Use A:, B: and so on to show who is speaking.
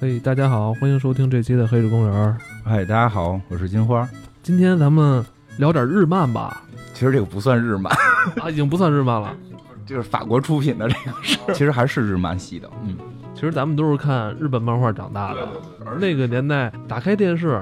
A: 嘿，大家好，欢迎收听这期的《黑水公园》。
B: 嗨，大家好，我是金花。
A: 今天咱们聊点日漫吧，
B: 其实这个不算日漫，
A: 啊，已经不算日漫了。
B: 就是法国出品的这个是，其实还是日漫系的。嗯，
A: 其实咱们都是看日本漫画长大的，那个年代打开电视